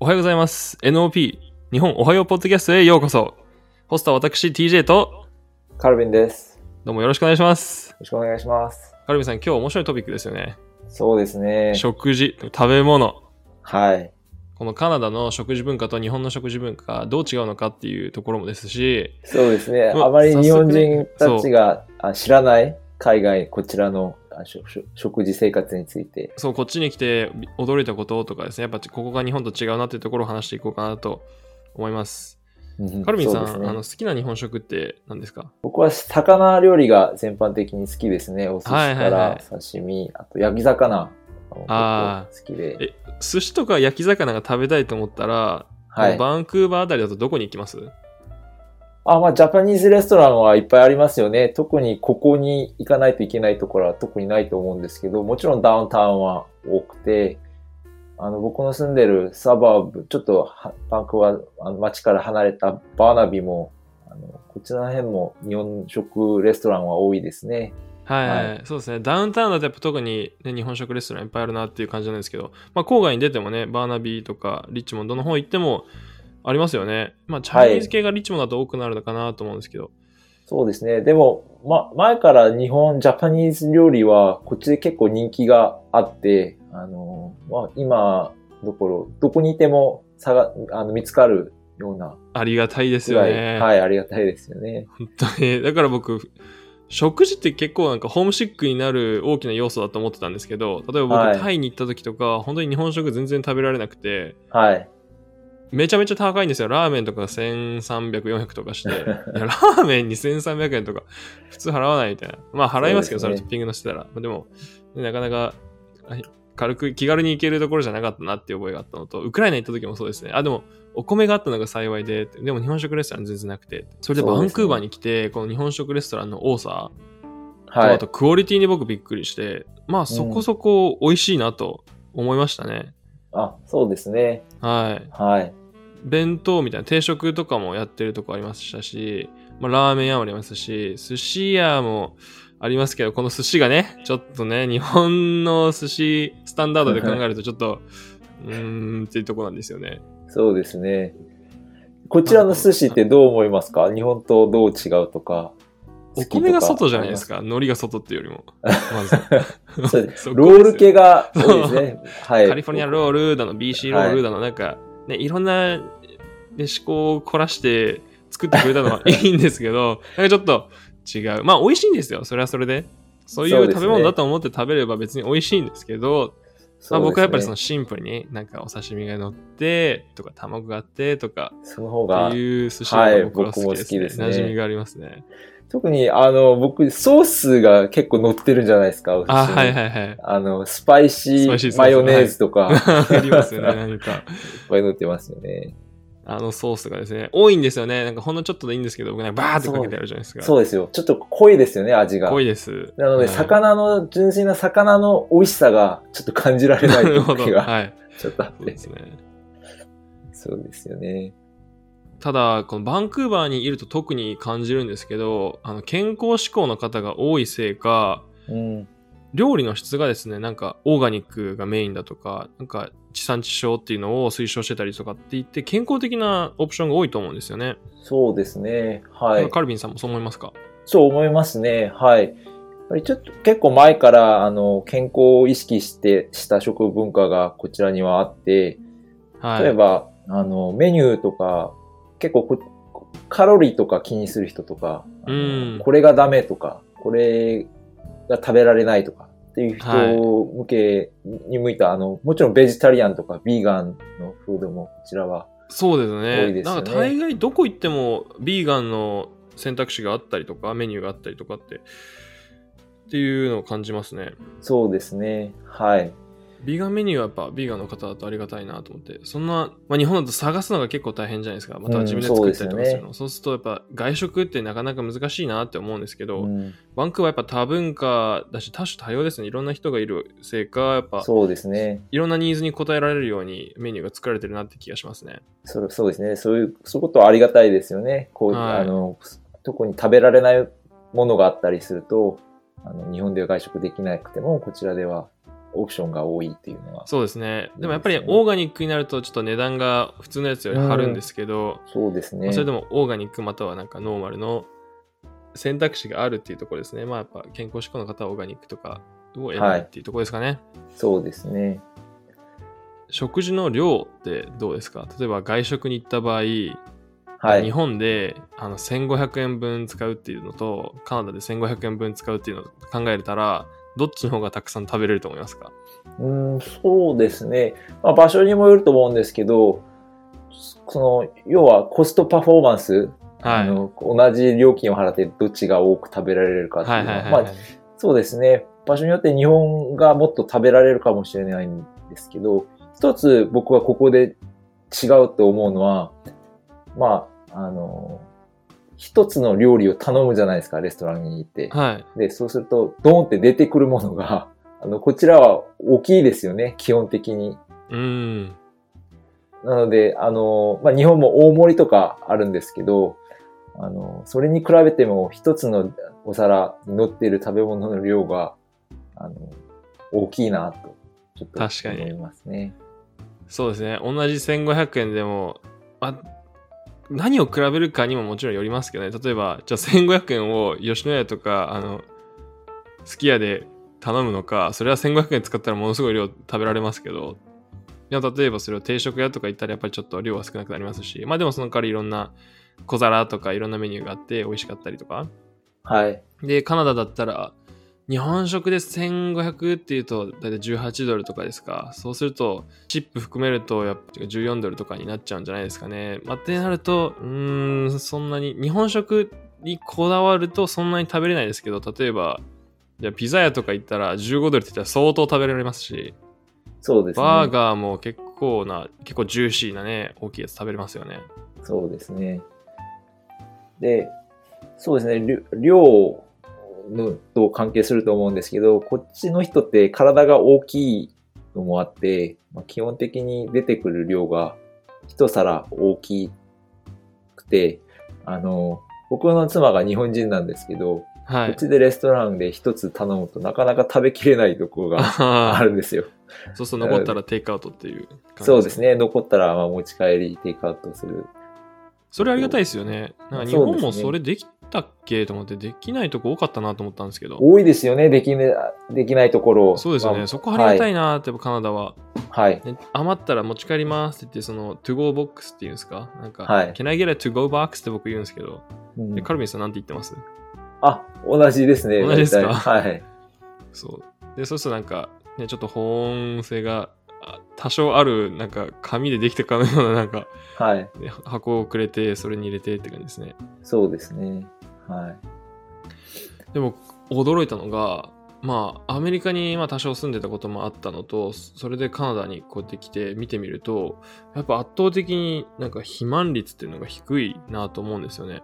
はようございます。NOP、日本おはようポッドキャストへようこそ。ホストは私、TJ と、カルビンです。よどうもよろしくお願いします。ろしくお願いします。カルビさん、今日面白いトピックですよね。そうですね。食事、食べ物。はい。このカナダの食事文化と日本の食事文化、どう違うのかっていうところもですし、そうですね。まああまり日本人早た速ちが、あ知らない海外、こちらのあしょしょ食事生活について。そう、こっちに来て驚いたこととかですね、やっぱここが日本と違うなっていうところを話していこうかなと思います。うんカルビンさ、そうんですあねの好きな日本食って何ですか僕は魚料理が全般的に好きですね。お寿司はいはかいはいら刺身、あと焼き魚。あ結構好きで。え寿司とか焼き魚が食べたいと思ったら、はい。バンクーバーあたりだとどこに行きますあ、まあ、ジャパニーズレストランはいっぱいありますよね。特にここに行かないといけないところは特にないと思うんですけど、もちろんダウンタウンは多くて、あの、僕の住んでるサバーブ、ちょっとはバンクはあの街から離れたバーナビも、あの、こちらの辺も日本食レストランは多いですね。はい、はいはそうですね。ダウンタウンだとやっぱ特に、ね、日本食レストランいっぱいあるなっていう感じなんですけど、まあ、郊外に出てもね、バーナビーとかリッチモンドの方行ってもありますよね。まあ、チャイニーズ系がリッチモンドだと多くなるのかなと思うんですけど。そうですね。でも、ま、前から日本、ジャパニーズ料理は、こっちで結構人気があって、あの、まあ、今、どころ、どこにいても、さが、あの、見つかるようなありがたいですぐよらい、ね。はい、ありがたいですよね。本当に。だから僕、食事って結構なんかホームシックになる大きな要素だと思ってたんですけど、例えば僕、はいタイに行った時とか、本当に日本食全然食べられなくて、はい。めちゃめちゃ高いんですよ。ラーメンとか1300、400とか して。いやラーメンに1300円とか普通払わないみたいな。まあ払いますけど、そそうでれすねトッピングのしてたら。まあでも、ねなかなかはい軽く気軽に行けるところじゃなかったなっていう覚えがあったのと、ウクライナ行った時もそうですね。あ、でもお米があったのが幸いで、でも日本食レストラン全然なくて。それでバンクーバーに来て、この日本食レストランの多さと、はあいと。クオリティに僕びっくりして、まあそこそこ美味しいなと思いましたね。あ、そうですね。はい。はい。弁当みたいな定食とかもやってるとこありましたし、まあ、ラーメン屋もありますし寿司屋もありますけどこの寿司がねちょっとね日本の寿司スタンダードで考えるとちょっとうーんっていうとこなんですよねそうですね。こちらの寿司ってどう思いますか日本とどう違うとか。お米が外じゃないです。か海苔が外っていうよりもまず そうです そこですよロール系が多いですね。はい。カリフォルニアロールだの BC ロールだのなんか、ね、いろんなね思考を凝らして作ってくれた のはいいんですけどなんかちょっと違うまあ美味しいんですよそれはそれでそういそううですね食べ物だと思って食べれば別に美味しいんですけど、まあ、僕はやっぱりそののシンプルになんかお刺身が乗ってとか卵があってとかその方っがていう寿司が僕ははい僕好きも好です,、ねきですね馴染みがありますね特にあの僕ソースが結構乗ってるんじゃないですかお寿司にあはいはいはいあのスパイシスパイシーソースーマヨネーズとか、い、ありますよね何かっぱい乗ってますよ ねあのソースがですね多いんですよねなんかほんのちょっとでいいんですけど僕なんかバーってかけてやるじゃないですかそうですよちょっと濃いですよね味が濃いです。なのはで、い魚の純粋な魚の美味しさがちょっと感じられな ないるほど。時がはい。ちょっとあっそうでてすね。そうですよねただ、このバンクーバーにいると特に感じるんですけど、あの健康志向の方が多いせいか、うん料理の質がですね、なんかオーガニックがメインだとか、なんか地産地消っていうのを推奨してたりとかって言って、健康的なオプションが多いと思うんですよね。そうですねはいカルビンさんもそう思いますかそう思いますね。はい。やっぱりちょっと結構前からあの健康を意識してした食文化がこちらにはあって、はい。例えば、あのメニューとか結構こカロリーとか気にする人とか、あのうんこれがダメとか、これが食べられないとかっていう人向けに向いた、あの、もちろんベジタリアンとかビーガンのフードもこちらは、そうですね。多いですよなねんか大概どこ行ってもビーガンの選択肢があったりとか、メニューがあったりとかって、っていうのを感じますね。そうですね。はい。ビーガンメニューはやっぱビーガンの方だとありがたいなと思って、そんな、まあ、日本だと探すのが結構大変じゃないですか。またうん自分で作ったりとそうかですすよねるの。そうするとやっぱ外食ってなかなか難しいなって思うんですけど、うんバンクーはやっぱ多文化だし多種多様ですね。いろんな人がいるせいか、やっぱそうですね。いろんなニーズに応えられるようにメニューが作られてるなって気がしますね。それそうですね。そういう、そういうことはありがたいですよね。こう、はいあの、特に食べられないものがあったりすると、あの、日本では外食できなくても、こちらではオプションが多いっていうのは。そうですね。でもやっぱいいりですねオーガニックになるとちょっと値段が普通のやつより張るんですけど、そうですまね。あそれでもオーガニックまたはなんかノーマルの選択肢があるっていうところですね。まあやっぱ健康志向の方はオーガニックとかを選ぶっていうところですかね。そうですね。食事の量ってどうですか例えば外食に行った場合、はい。日本であの1500円分使うっていうのとカナダで1500円分使うっていうのを考えたらどっちの方がたくさん食べれると思いますかうん、そうですね。まあ、場所にもよると思うんですけど、その、要はコストパフォーマンス、はあい。の同じ料金を払ってどっちが多く食べられるかってはいいうのはは、いはい、はまあい。そうですね。場所によって日本がもっと食べられるかもしれないんですけど、一つ僕はここで違うと思うのは、まあ、あの、一つの料理を頼むじゃないですか、レストランに行って。はい。で、そうすると、ドーンって出てくるものが、あの、こちらは大きいですよね、基本的に。うん。なので、あの、まあ、日本も大盛りとかあるんですけど、あの、それに比べても一つのお皿に乗っている食べ物の量が、あの、大きいなと、ちょっと確かに思いますね。そうですね。同じ1500円でも、まあ、何を比べるかにももちろんよりますけどね。例えば、じゃあ1500円を吉野家とか、あの、すき家で頼むのか、それは1500円使ったらものすごい量食べられますけど、いや例えばそれを定食屋とか行ったらやっぱりちょっと量は少なくなりますし、まあでもその代わりいろんな小皿とかいろんなメニューがあって美味しかったりとか。はい。で、カナダだったら、日本食で1500っていうと、だいたい18ドルとかですか。そうすると、チップ含めると、やっぱ14ドルとかになっちゃうんじゃないですかね。まあ、ってなると、うーん、そんなに、日本食にこだわるとそんなに食べれないですけど、例えば、じゃあピザ屋とか行ったら15ドルって言ったら相当食べられますし、そうですね。バーガーも結構な、結構ジューシーなね、大きいやつ食べれますよね。そうですね。で、そうですね、りょ量のと関係すると思うんですけど、こっちの人って体が大きいのもあって、まあ、基本的に出てくる量が一皿大きくて、あの、僕の妻が日本人なんですけど、はこっい。ちでレストランで一つ頼むとなかなか食べきれないとこがあるんですよ。 そうそう、残ったらテイクアウトっていう感じ そうですね、残ったらまあ持ち帰りテイクアウトするそれありがたいですよね。なんか日そう本ですもねそれできたっけと思って、できないとこ多かったなと思ったんですけど。多いですよね、できねできないところ。そうですよまあね。そこありがたいなーって、やっぱカナダは、はい。ね余ったら持ち帰りますって言って、その、to go box っていうんですかなんか、はい can I get a to go box って僕言うんですけど、うんでカルビンさんなんて言ってますあ、同じですね。同じですか大体はい。そう。で、そうするとなんか、ね、ちょっと保温性があ多少ある、なんか、紙でできたかのような、なんか、はい。ね箱をくれて、それに入れてって感じですね。そうですね。はい。でも驚いたのがまあアメリカにまあ多少住んでたこともあったのとそれでカナダにこうやって来て見てみるとやっぱ圧倒的になんか肥満率っていうのが低いなと思うんですよね。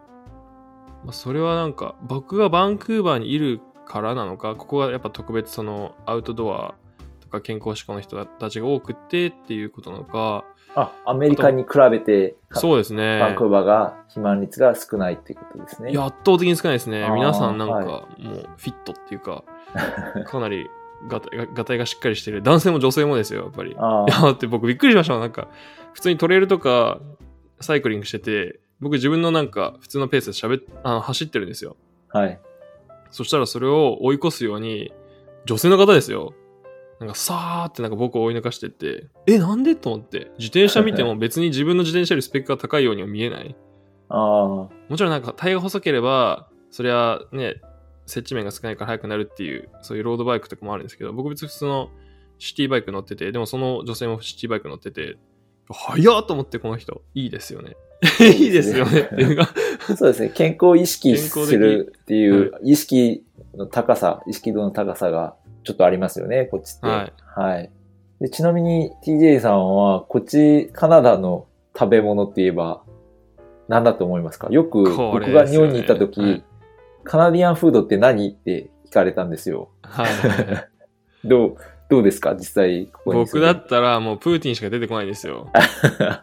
まあ、それはなんか僕がバンクーバーにいるからなのかここがやっぱ特別そのアウトドアとか健康志向の人たちが多くてっていうことなのかあ、アメリカに比べて、かそうですねバンクーバーが肥満率が少ないっていうことですね。いや、圧倒的に少ないですねあ。ー皆さんなんか、はもうフィットっていうか、 かなりがたががたいがしっかりしてる。男性も女性もですよ、やっぱり。いあや、だって僕びっくりしましたもん。なんか、普通にトレイルとかサイクリングしてて、僕自分のなんか普通のペースで喋っあの走ってるんですよ。あ、はい。そしたらそれを追い越すように、女性の方ですよ。なんかさーってなんか僕を追い抜かしてって、え、なんでと思って。自転車見ても別に自分の自転車よりスペックが高いようには見えない。あもちろんなんかタイヤが細ければ、そりゃね、接地面が少ないから速くなるっていう、そういうロードバイクとかもあるんですけど、僕別に普通のシティバイク乗ってて、でもその女性もシティバイク乗ってて、速っと思ってこの人、いいですよね。いいですよねっていう か、あ、そうですね。健康を意識 健康的するっていう、意識の高さ、意識度の高さがちょっとありますよね、こっちって。はい。はい。でちなみに TJ さんは、こっち、カナダの食べ物って言えば、何だと思いますかよく、こ僕れがです日よね本に行った時、はいカナディアンフードって何って聞かれたんですよ。はい。どう、どうですか実際、ここに僕住んだで。ったらもうプーティンしか出てこないんです よ。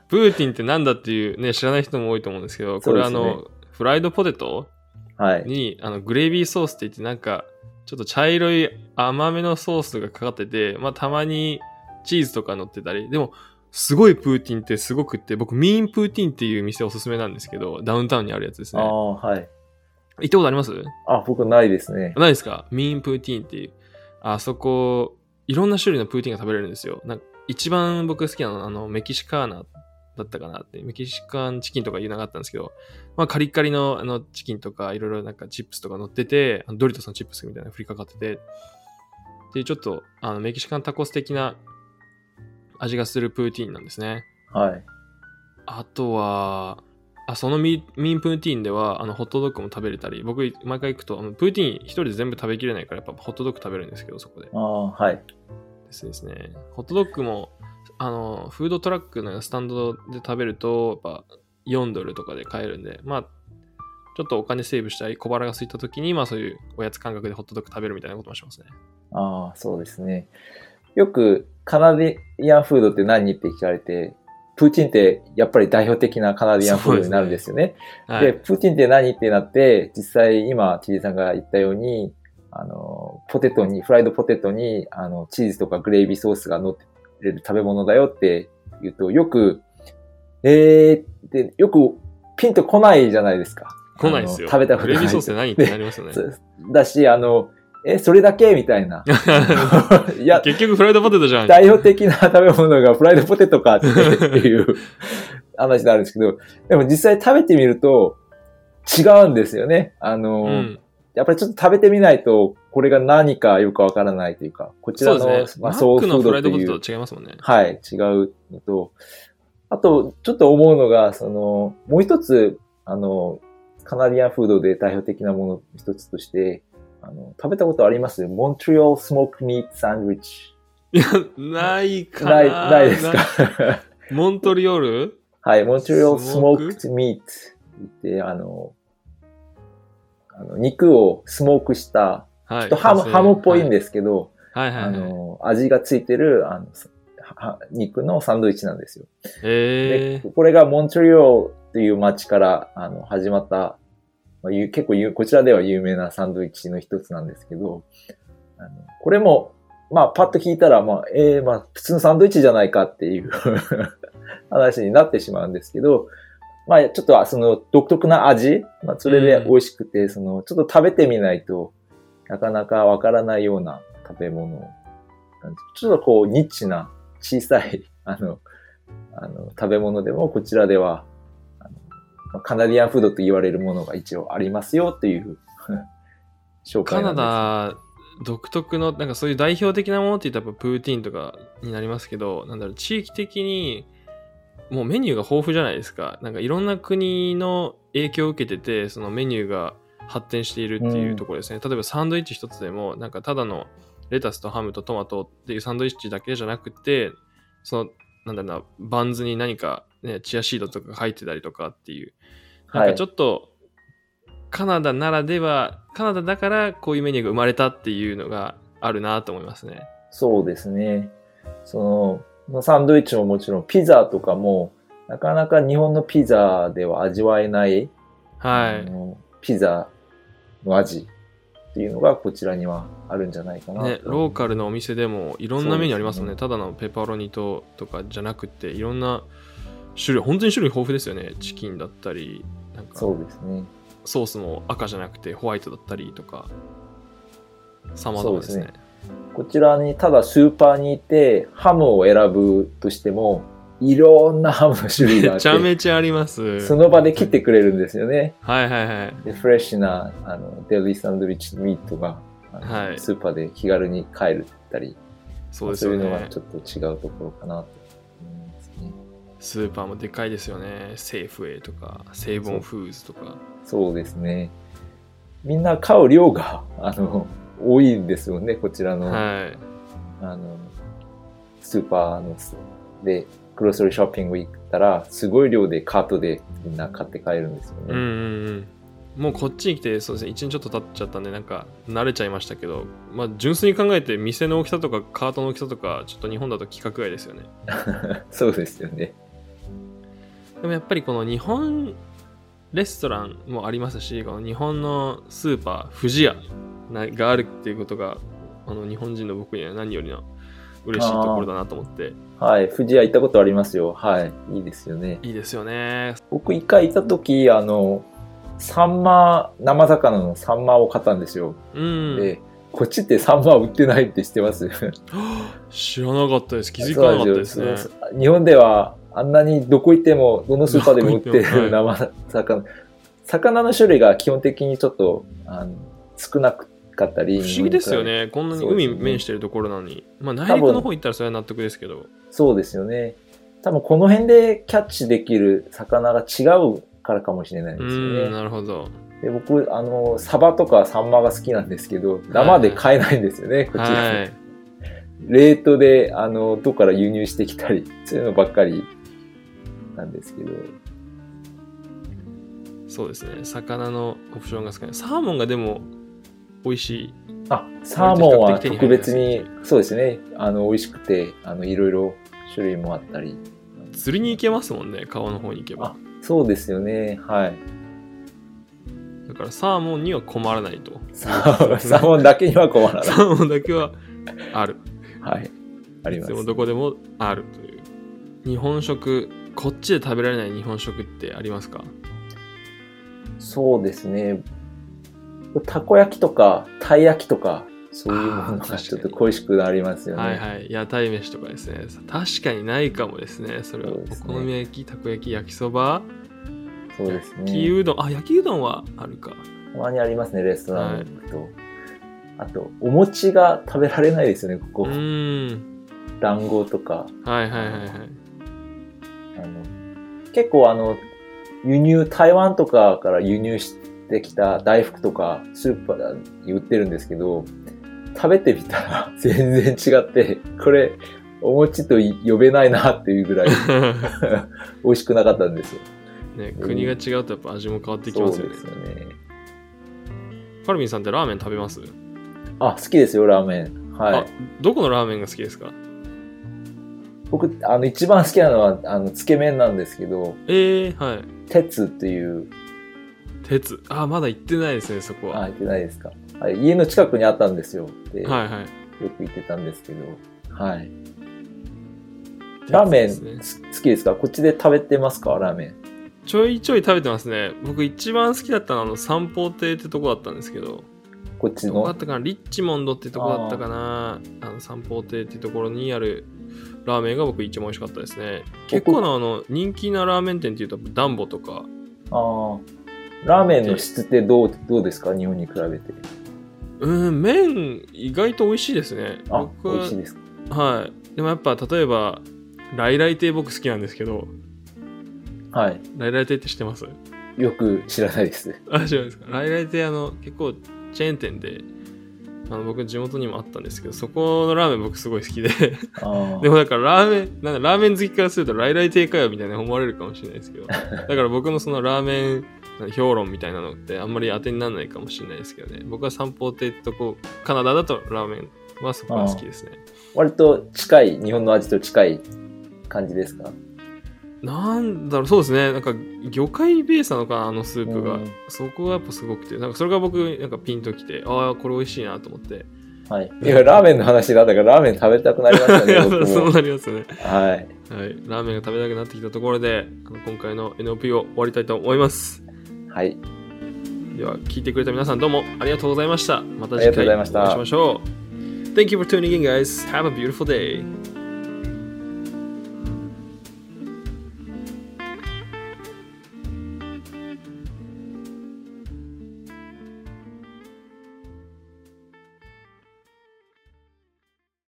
プーティンってなんだっていうね、知らない人も多いと思うんですけど、これあそうですの、フライドポテトはい。にあのグレイビーソースって言ってなんかちちょっと茶色い甘めのソースがかかってて、まあたまにチーズとか乗ってたり、でもすごいプーティンってすごくって、僕ミーンプーティンっていう店おすすめなんですけど、ダウンタウンにあるやつですあね。行あ、はい。ったことありますあ、僕ないですね。ないですかミーンプーティーンっていう。あそこ、いろんな種類のプーティーンが食べれるんですよ。なんか一番僕好きなのはあのメキシカーナだったかなって。メキシカンチキンとかいうのがあったんですけど、まあ、カリッカリのあのチキンとかいろいろなんかチップスとか乗ってて、あのドリトスのチップスみたいなの振りかかってて、で、ちょっとあのメキシカンタコス的な味がするプーティーンなんですね。はい。あとは、あそのミミンプーティーンではあのホットドッグも食べれたり、僕、毎回行くと、あのプーティーン一人で全部食べきれないから、やっぱホットドッグ食べるんですけど、そこで。ああ、はい。ですですね。ホットドッグも、あの、フードトラックのスタンドで食べると、やっぱ4ドルとかで買えるんで、まあ、ちょっとお金セーブしたり、小腹が空いた時に、まあそういうおやつ感覚でホットドッグ食べるみたいなこともしますね。ああ、そうですね。よく、カナディアンフードって何って聞かれて、プーチンってやっぱり代表的なカナディアンフードになるんですよね。はで、い。プーチンって何ってなって、実際今、チリさんが言ったように、あの、ポテトに、フライドポテトに、あの、チーズとかグレービーソースが乗ってる食べ物だよって言うと、よく、えーって、よくピンとこないじゃないですか。来ないですよ。あの食べたことフないレービーソースで何ってなりますよね。そうだし、あの、え、それだけみたい な。 いや、結局フライドポテトじゃん。代表的な食べ物がフライドポテトかっていう 話になるんですけど、でも実際食べてみると違うんですよね。あの、うん。やっぱりちょっと食べてみないと、これが何かよくわからないというか、こちそらうの、ですね。まマあ、ソッウクルフのーフドライってドポテいトう、と違いますもんね。 はい、違うのと、あと、ちょっと思うのが、その、もう一つ、あの、カナディアンフードで代表的なもの一つとして、あの、食べたことありますモントリオールスモークミートサンドイッチ。いや、ないかなな。い、ないですかな モントリオールはい、モントリオールスモースクミートって、あの、あの肉をスモークした、はちょっとハム、ハムっぽいんで。ですけど、はいはいあはいはい。の、味がついてる、あの、は肉のサンドイッチなんですよ。えでこれがモントリオールっていう街から、あの、始まった、まあ、ゆ結構ゆこちらでは有名なサンドイッチの一つなんですけど、あのこれも、まあ、パッと聞いたら、まあ、ええまあ、普通のサンドイッチじゃないかっていう 話になってしまうんですけど、まあ、ちょっとはその独特な味、まあ、それで美味しくて、その、ちょっと食べてみないとなかなかわからないような食べ物なんですちょっとこう、ニッチな小さい、あの、あの、食べ物でも、こちらでは、あのまあカナディアンフードと言われるものが一応ありますよという 紹ー、カ介なナんです。ダ独特の、なんかそういう代表的なものって言ったらやっぱプーティーンとかになりますけど、なんだろう、地域的に、もうメニューが豊富じゃないですか。なんかいろんな国の影響を受けてて、そのメニューが発展しているっていうところですね。例えばサンドイッチ一つでも、なんかただのレタスとハムとトマトっていうサンドイッチだけじゃなくて、その、なんだろうな、バンズに何か、ね、チアシードとかが入ってたりとかっていう、なんはかいちょっと、カナダならでは、カナダだからこういうメニューが生まれたっていうのがあるなと思いますね。そうですね。その、まあサンドイッチももちろん、ピザとかも、なかなか日本のピザでは味わえない、はあい。のピザの味っていうのがこちらにはあるんじゃないかなね、とローカルのお店でもいろんなメニューありますよね。そうですねただのペパロニととかじゃなくて、いろんな種類、本当に種類豊富ですよね。チキンだったり、なんかそうですね。ソースも赤じゃなくてホワイトだったりとか、様々ですね。そうこちらにただスーパーにいてハムを選ぶとしてもいろんなハムの種類が あめ っちゃてめちゃあります。その場で切ってくれるんですよね。はいはいはい。でフレッシュなあのデリーサンドイッチミートが、あのはいスーパーで気軽に買えるったりそうですそよういうね。のがちょっと違うところかなと思いますね。スーパーもでかいですよね。セーフウェイとか、セーボンフーズとか。そうですね。みんな買う量があの多いんですよね、こちらの,、はい。あのスーパーので、クロスリーショッピング行ったら、すごい量でカートでみんな買って帰るんですよね。うんうんうん。もうこっちに来て、そうですね、1日ちょっと経っちゃったんで、なんか慣れちゃいましたけど、まあ純粋に考えて、店の大きさとか、カートの大きさとか、ちょっと日本だと規格外ですよね。そうですよね。でもやっぱりこの日本レストランもありますし、この日本のスーパー、富士屋ながあるっていうことがあの日本人の僕には何よりの嬉しいところだなと思ってはい。富士屋行ったことありますよ。はい。いいですよね。いいですよね僕一回行った時、あの、サンマ、生魚のサンマを買ったんですよ。うん、で、こっちってサンマ売ってないって知ってます知らなかったです気づかなかったですねそうなんですよ日本ではあんなにどこ行っても、どのスーパーでも売っどてこ行っるても生魚。魚の種類が基本的にちょっと、あの、少なかったり。不思議ですよ日本に比べて。ねこんなにそうです海ね面してるところなのに、まあ多内分陸の方行ったらそれは納得ですけどそうですよね。多分この辺でキャッチできる魚が違うからかもしれないでうすよね。んなるほどで僕あのサバとかサンマが好きなんですけど生で買えないんですよね、こちら、はい冷凍であのどこから輸入してきたりそういうのばっかりなんですけどそうですね魚のオプションが少ないサーモンがでも美味しいあサーモンは比較的特別手に入にりそうですねあの美味しくてあのいろいろ種類もあったり釣りに行けますもんね川の方に行けばあそうですよね はいだからサーモンには困らないとサーサーモンだけには困らない、サーモンだけはあるはい、ありいまつすでもどこでもあるという日本食こっちで食べられない日本食ってありますかそうですね。たこ焼きとか、たい焼きとか、そういうものあーがちょっと恋しくなりますよね。はいはい屋台飯とかですね確かにないかもですねそれはそうですおね好み焼きたこ焼き焼きそばそうです焼きね。うどんあ焼きうどんはあるかたまにありますね、レストランに行くと。あと、お餅が食べられないですよね、こうこ。ーん団子とか。はいはいはいはいあの結構、あの、輸入、台湾とかから輸入してきた大福とか、スーパーに売ってるんですけど、食べてみたら 全然違って、これ、お餅と呼べないなっていうぐらい。 美味しくなかったんですよ。 ね、国が違うとやっぱ味も変わってきますよね。そうですよね。カルビンさんってラーメン食べます、あ、好きですよ、ラーメン。はあい。どこのラーメンが好きですか僕、あの、一番好きなのは、あの、つけ麺なんですけど、えー、はい。鉄っていう、鉄。あ、まだ行ってないですね、そこは。あ、言ってないですか。はい、家の近くにあったんですよ。で、はいはい。よく行ってたんですけど、はい。ラーメ鉄でン、すねす好きですかこっちで食べてますかラーメン。ちょいちょい食べてますね。僕一番好きだったのはあの三宝亭ってとこだったんですけど、こっちどこだのっ。たかなリッチモンドってとこだったかなあの三宝亭ってところにあるラーメンが僕一番美味しかったですね。結構なあの人気なラーメン店っていうとダンボとか、ああ。ラーメンの質ってどう、どうですか日本に比べて。うん、麺意外と美味しいですね。あ、僕美は味しいですかはい。でもやっぱ例えば、ライライ亭僕好きなんですけど、はい。ライライ亭って知ってますよく知らないです。あ、知らないですか。ライライ亭あの、結構チェーン店で、あの僕地元にもあったんですけど、そこのラーメン僕すごい好きで、ああ。でもだからラーメン、なんだラーメン好きからするとライライ亭かよみたいな思われるかもしれないですけ ど、だから僕のそのラーメンなんか評論みたいなのってあんまり当てにならないかもしれないですけどね、僕は三宝亭ってとこ、カナダだとラーメンはそこが好きですね。割と近い、日本の味と近い感じですかなんだろう、そうですね。なんか、魚介ベースなのかな、あのスープが。うんそこがやっぱすごくて、なんかそれが僕、なんかピンときて、ああ、これ美味しいなと思って。はい。いや、ラーメンの話だったから、ラーメン食べたくなりましたいね、や 僕そうも。なりますよね。はい。はい。ラーメンが食べたくなってきたところで、あの今回の NOP を終わりたいと思います。はい。では、聞いてくれた皆さんどうもありがとうございました。またありが次と回おうござい会まいししたましょう。Thank you for tuning in, guys. Have a beautiful day.